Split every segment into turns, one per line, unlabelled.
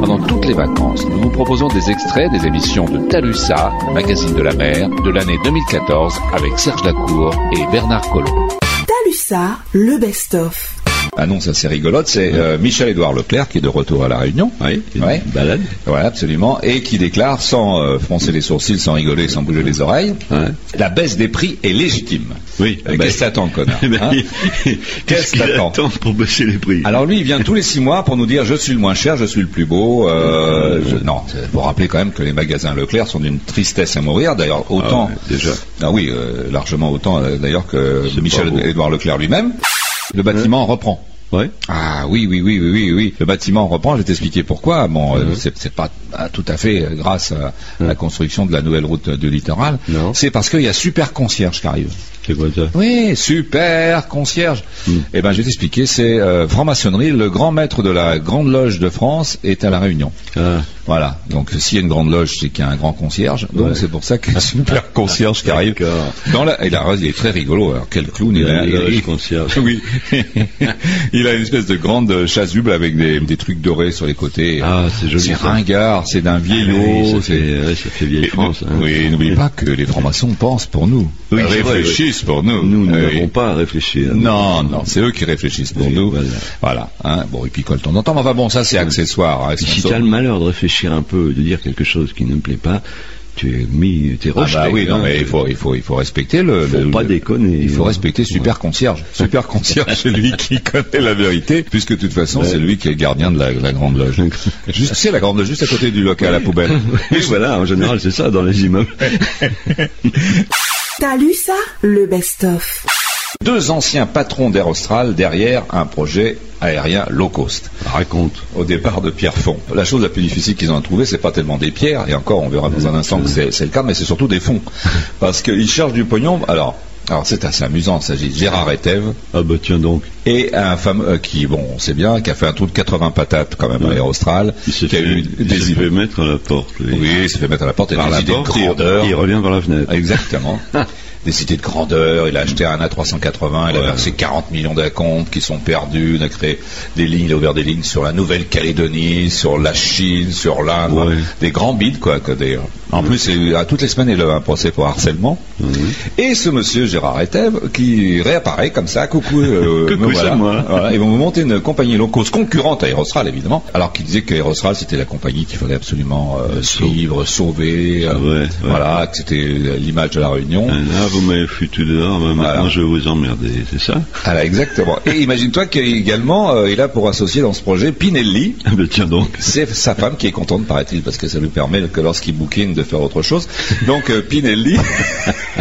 Pendant toutes les vacances, nous vous proposons des extraits des émissions de Talusa, magazine de la mer, de l'année 2014 avec Serge Lacour et Bernard Collot.
Talusa, le best-of.
Ah non, ça c'est rigolote, c'est euh, Michel-Édouard Leclerc qui est de retour à La Réunion.
Oui, une
Ouais.
balade.
Ouais, absolument. Et qui déclare, sans euh, froncer les sourcils, sans rigoler, sans bouger les oreilles,
Ouais.
la baisse des prix est légitime.
Oui.
Euh,
Bah,
Qu'est-ce que t'attends, connard
Eh ben,
hein
Qu'est-ce qu'il
t'attends
attend pour baisser les prix
Alors lui, il vient tous les six mois pour nous dire je suis le moins cher, je suis le plus beau. Euh, je- Non, c'est pour rappeler quand même que les magasins Leclerc sont d'une tristesse à mourir. D'ailleurs, autant
Ah ouais, déjà.
Ah oui, euh, largement autant euh, d'ailleurs que
C'est pas beau. Hein
Michel-Édouard Leclerc lui-même. Le bâtiment reprend.
Ouais.
Ah oui, oui, oui, oui, oui, oui. Le bâtiment reprend, je vais t'expliquer pourquoi. Bon, euh,
Hein
c'est c'est pas ah, tout à fait euh, grâce à la construction de la nouvelle route euh, du littoral.
Non.
C'est parce qu'il y a super concierge qui arrive.
C'est quoi ça
Oui, super concierge.
Hmm.
Eh ben, je vais t'expliquer, c'est euh, franc-maçonnerie, le grand maître de la Grande Loge de France est à La Réunion.
Ah.
Voilà, donc euh, s'il y a une grande loge, c'est qu'il y a un grand concierge, donc
Ouais.
c'est pour ça qu'il y a un super concierge qui arrive.
D'accord.
Dans la, et la, il est très rigolo, alors quel clown il, a,
La
Ben, il-
loge
il-
concierge.
Oui, il a une espèce de grande chasuble avec des, des trucs dorés sur les côtés.
Ah, c'est joli,
C'est
ça. Ah
ringard, c'est d'un
Oui,
vieillot.
ça,
c'est-
fait, ouais, ça fait vieille France. hein.
Oui, n'oublie pas que les francs-maçons pensent pour nous,
Oui, c'est vrai,
réfléchissent pour nous. Eh
Nous, nous
Ah Oui.
n'avons pas à réfléchir.
Non, non, c'est eux qui réfléchissent pour
Oui,
nous.
voilà.
Voilà. hein. Bon, ils picolent de temps en temps, mais enfin bon, ça c'est accessoire. hein. Ils
Si
sont-
tu as le malheur de réfléchir un peu, de dire quelque chose qui ne me plaît pas, tu es mis, tu es
Ah
rejeté.
bah oui, non,
hein.
mais il faut, il faut, il faut respecter le.
Faut
le-
pas
le-
déconner. hein.
Il faut respecter super concierge. Super concierge, c'est lui qui connaît la vérité, puisque de toute façon, c'est lui qui est le gardien de la, la grande loge. Juste, c'est la grande loge, juste à côté du local à la poubelle.
Oui, voilà, en général, c'est ça dans les immeubles.
T'as lu ça Le best-of.
Deux anciens patrons d'Air Austral derrière un projet aérien low cost.
Raconte.
au départ de Pierrefonds. La chose la plus difficile qu'ils ont à trouver, c'est pas tellement des pierres, et encore, on verra dans un instant que c'est c'est le cas, mais c'est surtout des fonds. Parce qu'ils cherchent du pognon. Alors, alors c'est assez amusant, il s'agit de Gérard Etève,
Ah bah tiens donc.
et un fameux euh, qui, bon, on sait bien, qui a fait un trou de 80 patates quand même à Air Austral,
Il s'est
qui a
fait,
eu
il s'est
des idées.
fait mettre à la porte. lui.
Oui, il s'est fait mettre à la porte, il a
par
des
la
idées de
porte, il,
grandeur. Ah
il revient par la fenêtre.
Exactement. Des idées de grandeur, il a acheté un A380, il a
Ouais.
versé 40 millions d'acomptes qui sont perdus, il a créé des lignes, il a ouvert des lignes sur la Nouvelle-Calédonie, sur la Chine, sur l'Inde,
Ouais.
des grands bides quoi. que des- En plus, il- à toutes les semaines, il a un procès pour harcèlement. Et ce monsieur Gérard Etève qui réapparaît comme ça, coucou, euh,
Coucou,
me voilà.
c'est moi.
Voilà, ils vont monter une compagnie low cost concurrente à Aerostral, évidemment, alors qu'ils disaient que Aerostral, c'était la compagnie qu'il fallait absolument euh, suivre, sauver, euh,
Ouais, ouais.
voilà, que c'était euh, l'image de la Réunion.
Là, Ah, vous m'avez foutu dehors, mais maintenant
Voilà.
je vais vous emmerder, c'est ça
Voilà, Ah exactement. Et imagine-toi qu'également, euh, il a pour associer dans ce projet Pinelli,
Ah bah tiens donc.
c'est sa femme qui est contente, paraît-il, parce que ça lui permet, que lorsqu'il bouquine, de faire autre chose. Donc euh, Pinelli,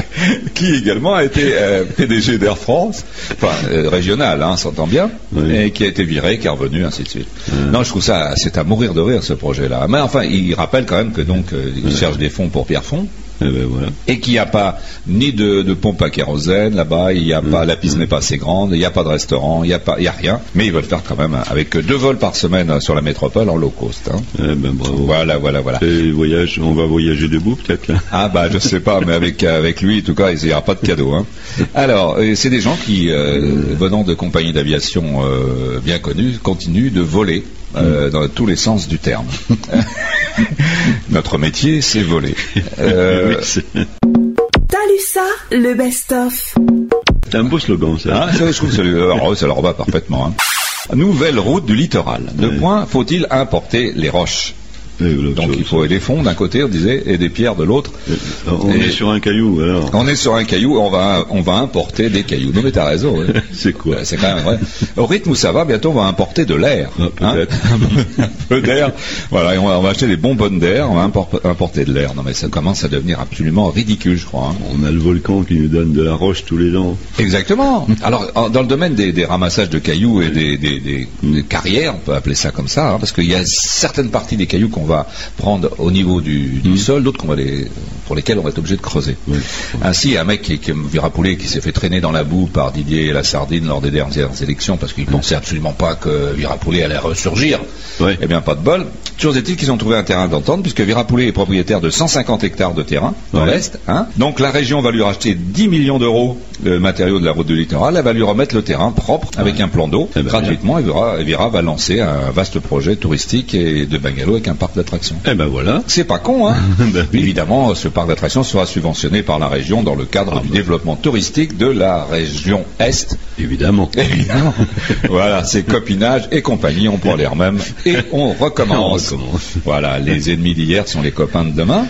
qui également a été euh, PDG d'Air France, enfin euh, régional, hein, on s'entend bien,
Oui.
et qui a été viré, qui est revenu, ainsi de suite. Non, je trouve ça, c'est à mourir de rire ce projet-là. Mais enfin, il rappelle quand même que donc euh, il cherche des fonds pour Pierrefonds
Eh ben voilà.
et qu'il n'y a pas ni de, de pompe à kérosène là-bas, il n'y a pas, la piste n'est pas assez grande, il n'y a pas de restaurant, il n'y a pas, il y a rien. Mais ils veulent faire quand même avec deux vols par semaine euh, sur la métropole en low cost. hein.
Eh ben bravo.
Voilà, voilà, voilà.
Et voyage, on va voyager debout peut-être là.
Ah bah je sais pas, mais avec avec lui en tout cas il n'y aura pas de cadeau. Hein. Alors euh, c'est des gens qui euh, venant de compagnies d'aviation euh, bien connues continuent de voler euh, dans tous les sens du terme. Notre métier c'est voler. Euh,
Oui, c'est
T'as lu ça Le best-of.
c'est un beau slogan ça.
Hein, ça, je trouve que ça, lui- alors, ça leur va parfaitement. hein. Nouvelle route du littoral. De
Oui.
point, faut-il importer les roches
Eh, voilà,
Donc
ça-
il faut des fonds d'un côté, on disait, et des pierres de l'autre.
On
Et-
est sur un caillou alors.
On est sur un caillou, on va, on va importer des cailloux. Non mais t'as raison. ouais.
C'est quoi
Ouais, C'est quand même vrai. Au rythme où ça va, bientôt on va importer de l'air. hein.
Ah, peut-être.
un peu d'air. Voilà, et on va, on va acheter des bonbonnes d'air, on va impor- importer de l'air. Non mais ça commence à devenir absolument ridicule, je crois. hein.
On a le volcan qui nous donne de la roche tous les ans.
Exactement. Alors, en- dans le domaine des, des ramassages de cailloux et des, des- des- des carrières, on peut appeler ça comme ça, hein, parce qu'il y a certaines parties des cailloux qu'on va prendre au niveau du, du sol, d'autres qu'on va les, pour lesquelles on va être obligé de creuser. Ainsi, il y a un mec qui, qui me vira poulet, qui s'est fait traîner dans la boue par Didier Lassardine lors des dernières élections, parce qu'il pensait absolument pas que Virapoulet allait ressurgir.
Ouais.
Eh bien, pas de bol. Toujours est-il qu'ils ont trouvé un terrain d'entente, puisque Virapoulet est propriétaire de 150 hectares de terrain dans
Ouais.
l'Est. hein. Donc la région va lui racheter 10 millions d'euros le matériau de la route du littoral, elle va lui remettre le terrain propre avec un plan d'eau.
Eh ben,
Gratuitement, Evira, Evira va lancer un vaste projet touristique et de bungalow avec un parc d'attractions.
Eh ben voilà.
C'est pas con, hein
Ben oui.
Évidemment, ce parc d'attractions sera subventionné par la région dans le
Ah
cadre
ben.
du développement touristique de la région Est.
Évidemment.
Évidemment. voilà, c'est copinage et compagnie, on prend l'air même et on recommence.
On recommence.
Voilà, les ennemis d'hier sont les copains de demain.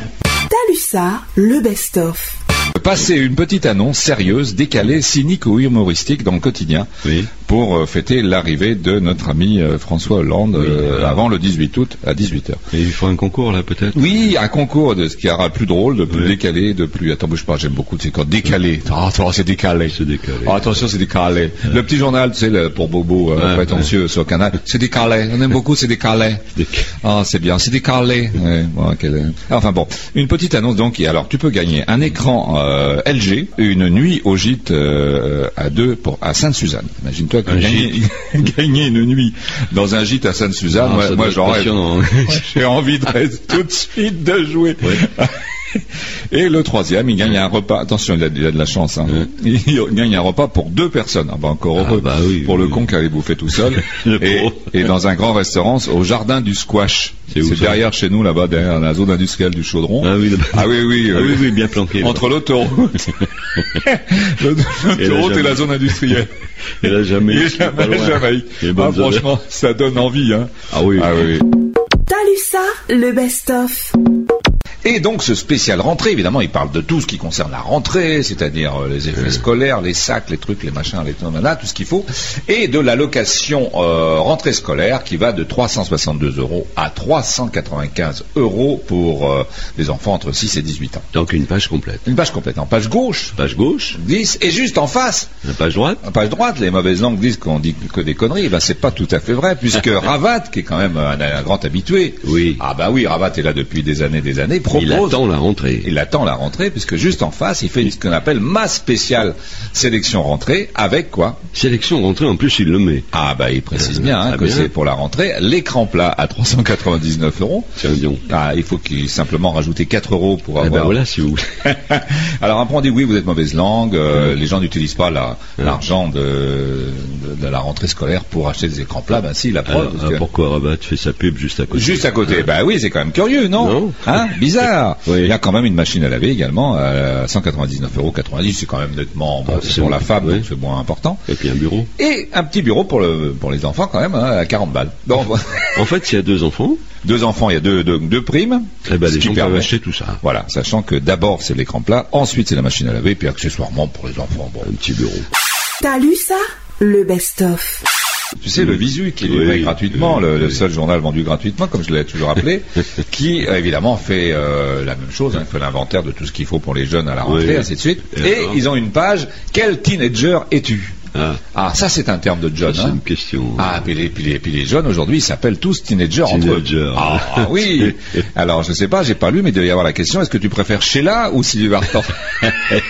Talusa, le best-of.
Passer une petite annonce sérieuse, décalée, cynique ou humoristique dans le quotidien
Oui.
pour euh, fêter l'arrivée de notre ami euh, François Hollande
Oui,
euh,
voilà.
avant le 18 août à 18h.
Et il faut un concours là peut-être
Oui, un concours de ce qui aura le plus drôle, de plus
Oui.
décalé, de plus... Attends, bouge pas, j'aime beaucoup, c'est quand décalé. Ah, attends, c'est décalé.
C'est décalé.
Ah, attention, c'est décalé. Le petit journal, tu sais, le- pour Bobo, euh,
Ouais,
prétentieux sur le canal, c'est décalé. On aime beaucoup, c'est décalé.
Décalé.
Ah, c'est bien, c'est décalé. Ouais, bon, quel- Enfin bon, une petite annonce donc. Et Alors, tu peux gagner un écran euh, LG, une nuit au gîte euh, à deux pour à Sainte-Suzanne. Imagine-toi que
Un
gagner, gagner une nuit dans un gîte à Sainte-Suzanne,
Ah,
moi,
ça
moi
doit être
j'aurais...
passionnant. hein.
J'ai envie de reste- tout de suite de jouer.
Ouais.
Et le troisième, il gagne un repas. Attention, il a, il a de la chance. hein. Il gagne un repas pour deux personnes. Ah bah, encore
Ah
heureux.
bah oui,
pour le
oui.
con qui avait bouffé tout seul.
Le
et,
pauvre.
et dans un grand restaurant au jardin du squash.
C'est où,
C'est
ça
derrière chez nous, là-bas, derrière la zone industrielle du Chaudron.
Ah oui, là-bas.
ah oui, oui,
Ah
euh,
oui, oui, bien planqué. là.
Entre l'autoroute,
Et la
l'autoroute et,
Jamaïque.
la zone industrielle.
Et la Jamaïque.
Et
c'est pas
jamais,
loin.
jamais.
Et
Ah,
bonnes odeurs.
franchement, ça donne envie. Hein.
Ah oui.
Ah oui.
Talusa, le best-of.
Et donc ce spécial rentrée, évidemment, il parle de tout ce qui concerne la rentrée, c'est-à-dire euh, les effets scolaires, les sacs, les trucs, les machins, les là, tout ce qu'il faut, et de l'allocation euh, rentrée scolaire qui va de 362 euros à 395 euros pour euh, les enfants entre 6 et 18 ans.
Donc une page complète.
Une page complète, en page gauche,
Page gauche,
10, et juste en face,
la page droite.
en page droite, les mauvaises langues disent qu'on dit que des conneries. Ben, c'est pas tout à fait vrai, puisque Ravat, qui est quand même un, un grand habitué,
Oui.
ah bah oui, Ravat est là depuis des années, des années, propose...
Il attend la rentrée.
Il attend la rentrée puisque juste en face, il fait ce qu'on appelle ma spéciale sélection rentrée avec quoi
Sélection rentrée, en plus il le met.
Ah bah il précise bien hein,
Ah,
que
bien.
c'est pour la rentrée l'écran plat à 399 euros.
Tiens donc.
Ah, il faut qu'il simplement rajouter 4 euros pour
Eh
avoir.
ben voilà, si vous
Alors après on dit oui vous êtes mauvaise langue, euh, les gens n'utilisent pas la- l'argent de, de- de la rentrée scolaire pour acheter des écrans plats. Ben si la preuve.
Alors,
parce
ah,
que-
pourquoi Rabat fait sa pub juste à côté Ah,
Juste à côté. Bah oui, c'est quand même curieux, non,
Non.
Hein Bizarre.
Oui.
Il y a quand même une machine à laver également à 199,90 euros. C'est quand même nettement bon,
Ah,
c'est
c'est
pour la
bon.
femme,
Oui.
donc c'est moins important.
Et puis un bureau.
Et un petit bureau pour le pour les enfants quand même hein, à 40 balles. Bon,
En fait, s'il y a deux enfants,
deux enfants, il y a deux deux, deux primes.
eh ben,
ce
les
qui
gens peuvent
permet-
acheter tout ça.
Voilà, sachant que d'abord c'est l'écran plat, ensuite c'est la machine à laver, puis accessoirement pour les enfants. Bon.
Un petit bureau.
Talusa, le best-of.
Tu sais, le Visu qui est
Oui,
livré gratuitement,
oui,
le, le
oui.
seul journal vendu gratuitement, comme je l'ai toujours appelé, qui euh, évidemment fait euh, la même chose, hein, fait l'inventaire de tout ce qu'il faut pour les jeunes à la rentrée,
Oui.
ainsi de suite.
Et
Et
alors
ils ont une page Quel teenager es-tu
Ah,
Ah, ça c'est un terme de
ça,
John.
c'est
hein.
une question.
Ah, puis les, puis les, puis les jeunes aujourd'hui ils s'appellent tous teenagers entre eux.
Teenager.
Ah, ah oui. Alors je sais pas, j'ai pas lu, mais il devait y avoir la question est-ce que tu préfères Sheila ou Sylvie Vartan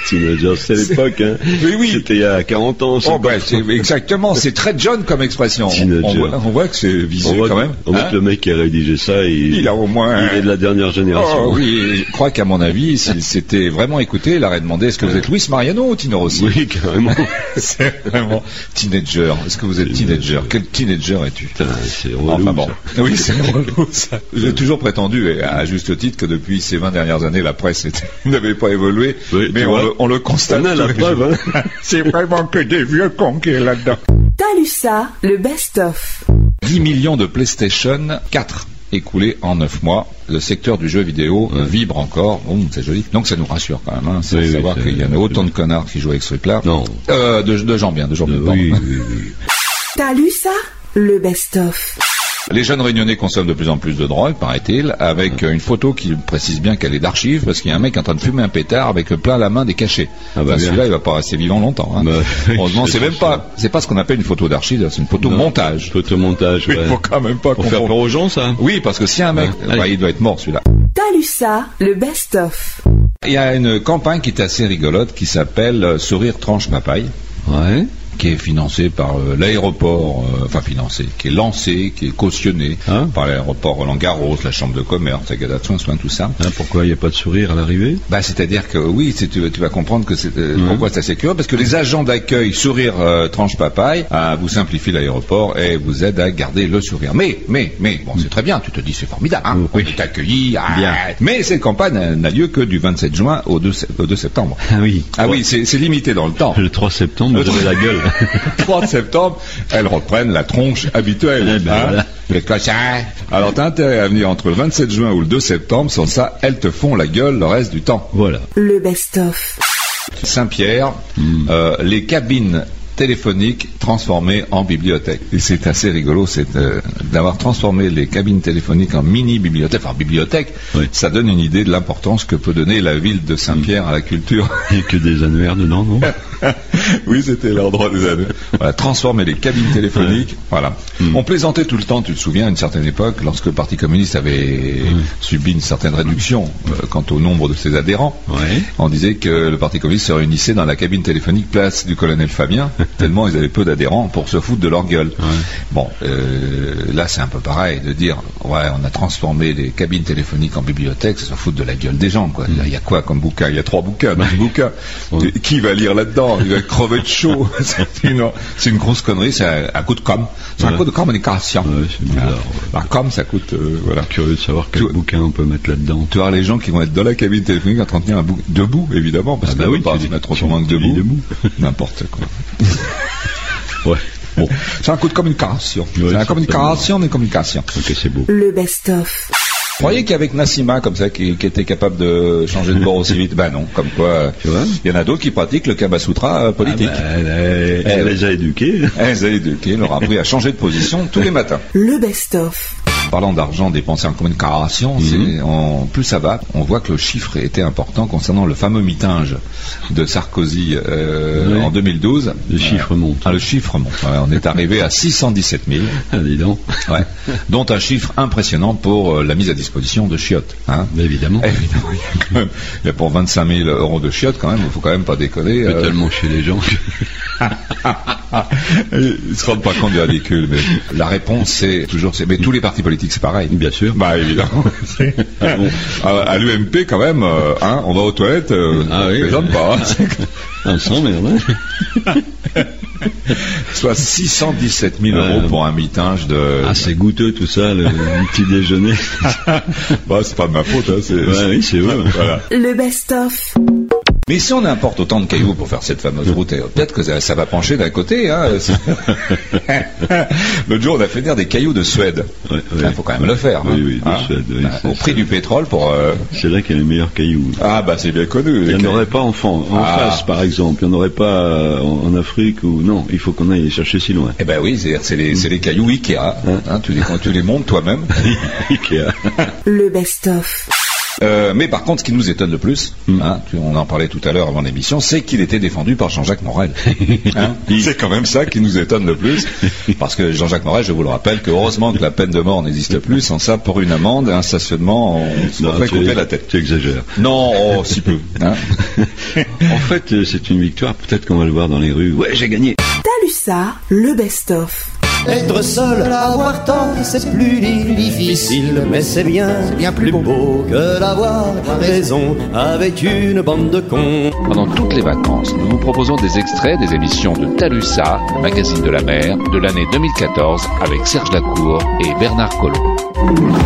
Teenager, c'est l'époque, hein.
Mais Ah. oui.
C'était il y a 40 ans.
Oh,
50
bah,
ans.
c'est- exactement, c'est très John comme expression. On,
Teenager.
voit, on voit que c'est
On
Visu
voit,
quand même.
on voit
Hein
que le mec qui a rédigé ça, il,
Il a au moins un-
il est de la dernière génération.
Oh, oui, je crois qu'à mon avis, s'il s'était vraiment écouté, il aurait demandé est-ce que vous êtes Luis Mariano ou Tino Rossi
Oui, carrément.
C'est vraiment teenager. Est-ce que vous êtes teenager Quel teenager es-tu
Putain, c'est relou,
Enfin bon,
ça.
oui, c'est relou ça. J'ai toujours prétendu, et à juste titre, que depuis ces 20 dernières années, la presse était- n'avait pas évolué,
Oui,
mais
tu
on
vois.
le, on le constate.
On a la
tous les jours.
preuve, hein.
c'est vraiment que des vieux cons qui est là-dedans.
Talusa, le best-of.
10 millions de PlayStation 4 écoulés en 9 mois. Le secteur du jeu vidéo euh, vibre encore. Hum, c'est joli. Donc ça nous rassure quand même. Hein, c'est
Oui, oui,
savoir
c'est-
qu'il y en a autant de connards qui jouent avec ce truc-là.
Non.
Euh, de, de gens bien, de gens bien. pardon.
Oui, oui, oui.
Talusa, le best-of.
Les jeunes réunionnais consomment de plus en plus de drogue, paraît-il, avec euh, une photo qui précise bien qu'elle est d'archives, parce qu'il y a un mec en train de fumer un pétard avec euh, plein la main des cachets.
Ah bah
Enfin,
bien.
celui-là, il va pas rester vivant longtemps. Hein.
Bah,
Heureusement,
je
c'est même
pense
pas, c'est pas ce qu'on appelle une photo d'archive, c'est une photo
Non,
montage.
Photomontage,
Il
ouais.
faut quand même pas
Pour faire
confondre.
peur aux gens, ça
Oui, parce que si un mec,
Ouais.
bah,
Allez.
il doit être mort celui-là.
Talusa, le best-of.
Il y a une campagne qui est assez rigolote qui s'appelle euh, Sourire tranche papaye.
Ouais.
qui est financé par euh, l'aéroport, euh, enfin financé, qui est lancé, qui est cautionné
Hein
par l'aéroport Roland-Garros, la chambre de commerce, la Gada de soins, soins, tout ça.
Hein, pourquoi il n'y a pas de sourire à l'arrivée
Bah, c'est-à-dire que oui, c'est- tu, tu vas comprendre que c'est, euh,
Mhm.
pourquoi c'est assez curieux, parce que les agents d'accueil sourire euh, tranche papaye euh, vous simplifient l'aéroport et vous aident à garder le sourire. Mais, mais, mais, bon, c'est très bien. Tu te dis c'est formidable, hein,
Oui.
on est accueilli. ah,
Mmh. Bien.
Mais cette campagne euh, n'a lieu que du 27 juin au 2, se- au 2 septembre.
Ah oui.
Ah oui, c'est c'est limité dans le temps.
Le 3 septembre,
Le
vous avez la gueule.
3 septembre, elles reprennent la tronche habituelle.
Eh ben
hein.
voilà.
Les cochins. Alors t'as intérêt à venir entre le 27 juin ou le 2 septembre, sans ça, elles te font la gueule le reste du temps.
voilà.
le best-of,
Saint-Pierre,
Hmm.
euh, les cabines téléphoniques transformées en bibliothèque. Et c'est assez rigolo, c'est euh, d'avoir transformé les cabines téléphoniques en mini-bibliothèque, enfin bibliothèque,
Oui.
ça donne une idée de l'importance que peut donner la ville de Saint-Pierre à la culture.
Il n'y a que des annuaires dedans, non
oui, c'était l'endroit des années. Mm. Voilà, transformer les cabines téléphoniques. Voilà. On plaisantait tout le temps, tu te souviens, à une certaine époque, lorsque le Parti communiste avait subi une certaine réduction euh, quant au nombre de ses adhérents.
Ouais.
On disait que le Parti communiste se réunissait dans la cabine téléphonique place du colonel Fabien, tellement ils avaient peu d'adhérents pour se foutre de leur gueule. Bon, euh, là c'est un peu pareil de dire, ouais, on a transformé les cabines téléphoniques en bibliothèques, ça se foutre de la gueule des gens, quoi. Là, Il y a quoi comme bouquin Il y a trois bouquins, deux bouquins.
Mm. Ouais.
Qui va lire là-dedans Il va crever de chaud. c'est une, c'est une grosse connerie, c'est un, un coup de com. C'est un
Ouais.
coup de communication.
Ouais, c'est bizarre, ouais.
hein. La com, ça coûte, euh, voilà.
Curieux de savoir quel
Tu-
bouquin on peut mettre là-dedans.
Tu vas voir les gens qui vont être dans la cabine téléphonique en train de tenir un bouc debout, évidemment, parce
Ah
que
bah
qu'on
oui,
peut pas
tu
se
dis-
mettre
tu-
autrement que
tu
debout.
dis debout.
N'importe quoi.
Ouais. Bon.
C'est un coup de communication.
Ouais,
c'est la
c'est
communication des communications.
Ok, c'est beau.
le best-of,
Vous croyez qu'avec Nassima, comme ça, qui, qui était capable de changer de bord aussi vite Ben non, comme quoi, euh,
Tu vois
il y en a d'autres qui pratiquent le Kamasutra euh, politique.
Ah bah, elle, elle- elle
Eh,
les a éduqués.
Elles allaient de qui leur a appris à changer de position tous les matins.
le best-of,
En parlant d'argent dépensé en
Mhm.
communication, c'est- en- plus ça va, on voit que le chiffre était important concernant le fameux mitinge de Sarkozy euh,
Oui.
en 2012.
Le chiffre monte.
Ah, le chiffre monte. Ouais, on est arrivé à 617 000,
Ah, dis donc.
ouais, dont un chiffre impressionnant pour euh, la mise à disposition de chiottes. Hein.
Bah, évidemment.
Évidemment, il y a quand même- il y a pour 25 000 euros de chiottes quand même, il faut quand même pas déconner.
Mais
euh,
Tellement chez les gens que...
Ils se rendent pas compte du ridicule, mais la réponse c'est toujours c'est. Mais tous les partis politiques c'est pareil.
Bien sûr.
Bah évidemment.
Ah bon.
à à l'UMP quand même, euh, hein, on va aux toilettes, euh,
Ah
on
oui.
plaisante pas. hein.
Un sang, merde. hein.
Soit 617 000 euros
Ouais.
pour un mitinge de.
Euh, Ah, c'est goûteux tout ça, le, le petit déjeuner.
bah c'est pas de ma faute. Hein, c'est-
Ouais, oui, c'est eux.
Voilà.
le best-of,
Mais si on importe autant de cailloux pour faire cette fameuse route, eh, peut-être que ça, ça va pencher d'un côté. Hein. L'autre jour, on a fait venir des cailloux de Suède. Il
Ouais, ouais.
faut quand même le faire.
Oui,
hein.
oui, de Suède, oui,
Bah,
c'est
au
ça.
prix du pétrole pour. euh,
C'est là qu'il y a les meilleurs cailloux.
Ah bah c'est bien connu.
Il
les
n'y en
cailloux.
aurait pas en, Fran- en
Ah.
face, par exemple. Il n'y en aurait pas euh, en, en Afrique ou non. Il faut qu'on aille les chercher si loin.
Eh ben oui, c'est-à-dire c'est les, c'est les cailloux Ikea. hein, tu, les, tu les montes toi-même.
Ikea.
le best-of,
Euh, mais par contre, ce qui nous étonne le plus, hein, tu- on en parlait tout à l'heure avant l'émission, c'est qu'il était défendu par Jean-Jacques Morel. Hein c'est quand même ça qui nous étonne le plus, parce que Jean-Jacques Morel, je vous le rappelle, que heureusement que la peine de mort n'existe plus, sans ça, pour une amende, un stationnement, on se
Non,
ferait
Bah, tu-
couper la tête.
Tu exagères.
Non, oh, si peu. hein.
En fait, euh, c'est une victoire. Peut-être qu'on va le voir dans les rues. Ouais, j'ai gagné.
Talusa, le best-of,
Être seul, avoir tant, c'est plus difficile, mais c'est bien, bien plus beau que d'avoir raison avec une bande de cons.
Pendant toutes les vacances, nous vous proposons des extraits des émissions de Talusa, le magazine de la mer, de l'année 2014, avec Serge Lacour et Bernard Collomb.